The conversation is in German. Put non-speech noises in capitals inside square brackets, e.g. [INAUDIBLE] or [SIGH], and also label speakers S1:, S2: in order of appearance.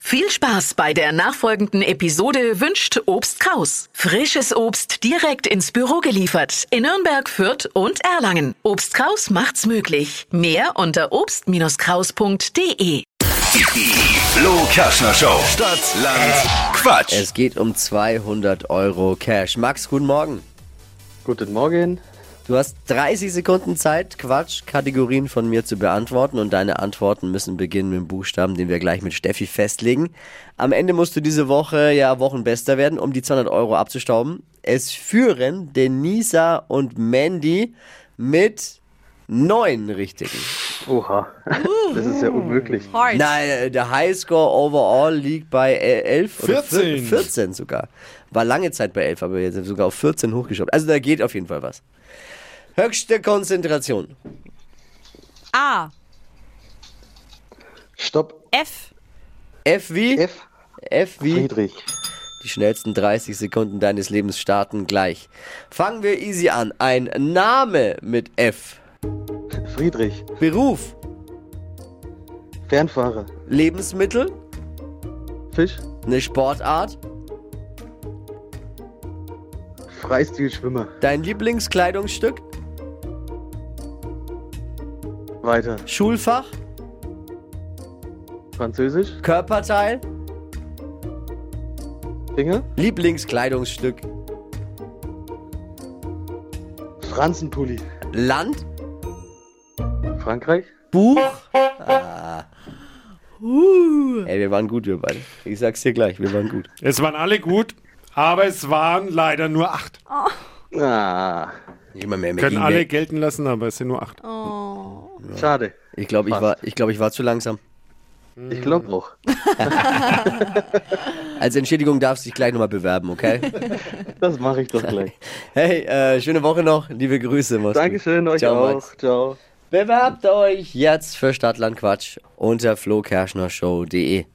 S1: Viel Spaß bei der nachfolgenden Episode wünscht Obst Kraus. Frisches Obst direkt ins Büro geliefert in Nürnberg, Fürth und Erlangen. Obst Kraus macht's möglich. Mehr unter obst-kraus.de.
S2: Die Flo Kaschner Show. Stadt, Land, Quatsch.
S3: Es geht um 200 Euro Cash. Max, guten Morgen.
S4: Guten Morgen.
S3: Du hast 30 Sekunden Zeit, Quatsch, Kategorien von mir zu beantworten und deine Antworten müssen beginnen mit dem Buchstaben, den wir gleich mit Steffi festlegen. Am Ende musst du diese Woche ja Wochenbester werden, um die 200 Euro abzustauben. Es führen Denisa und Mandy mit neun richtigen.
S4: Oha. Das ist ja unmöglich.
S3: Nein, äh, der Highscore overall liegt bei äh, 11 oder
S5: 14.
S3: 14 sogar. War lange Zeit bei 11, aber jetzt sogar auf 14 hochgeschoben. Also da geht auf jeden Fall was. Höchste Konzentration.
S6: A,
S4: Stopp.
S6: F,
S3: F wie?
S4: F.
S3: F wie?
S4: Friedrich.
S3: Die schnellsten 30 Sekunden deines Lebens starten gleich. Fangen wir easy an. Ein Name mit F.
S4: Friedrich.
S3: Beruf,
S4: Fernfahrer.
S3: Lebensmittel,
S4: Fisch.
S3: eine Sportart,
S4: Freistilschwimmer.
S3: dein Lieblingskleidungsstück,
S4: Weiter.
S3: Schulfach,
S4: Französisch.
S3: Körperteil,
S4: Dinge.
S3: Lieblingskleidungsstück,
S4: Franzenpulli.
S3: Land,
S4: Frankreich.
S3: Buch. Ey, wir waren gut, wir beide. Ich sag's dir gleich, wir waren gut.
S5: Es waren alle gut, aber es waren leider nur acht.
S4: Ah.
S3: Immer mehr mit
S5: Können
S3: ihm, ne?
S5: alle
S3: ey.
S5: gelten lassen, aber es sind nur acht.
S4: Schade.
S3: Ich glaube, ich war, ich, glaub, ich war zu langsam.
S4: Ich glaube auch.
S3: Als Entschädigung darfst du dich gleich nochmal bewerben,
S4: [LAUGHS]
S3: okay?
S4: Das mache ich doch gleich.
S3: [LAUGHS] Hey, äh, schöne Woche noch. Liebe Grüße. mach's gut.
S4: Dankeschön euch
S3: Ciao,
S4: auch.
S3: Max.
S4: Ciao.
S3: Bewerbt euch jetzt für Stadtlandquatsch unter flokerschnershow.de.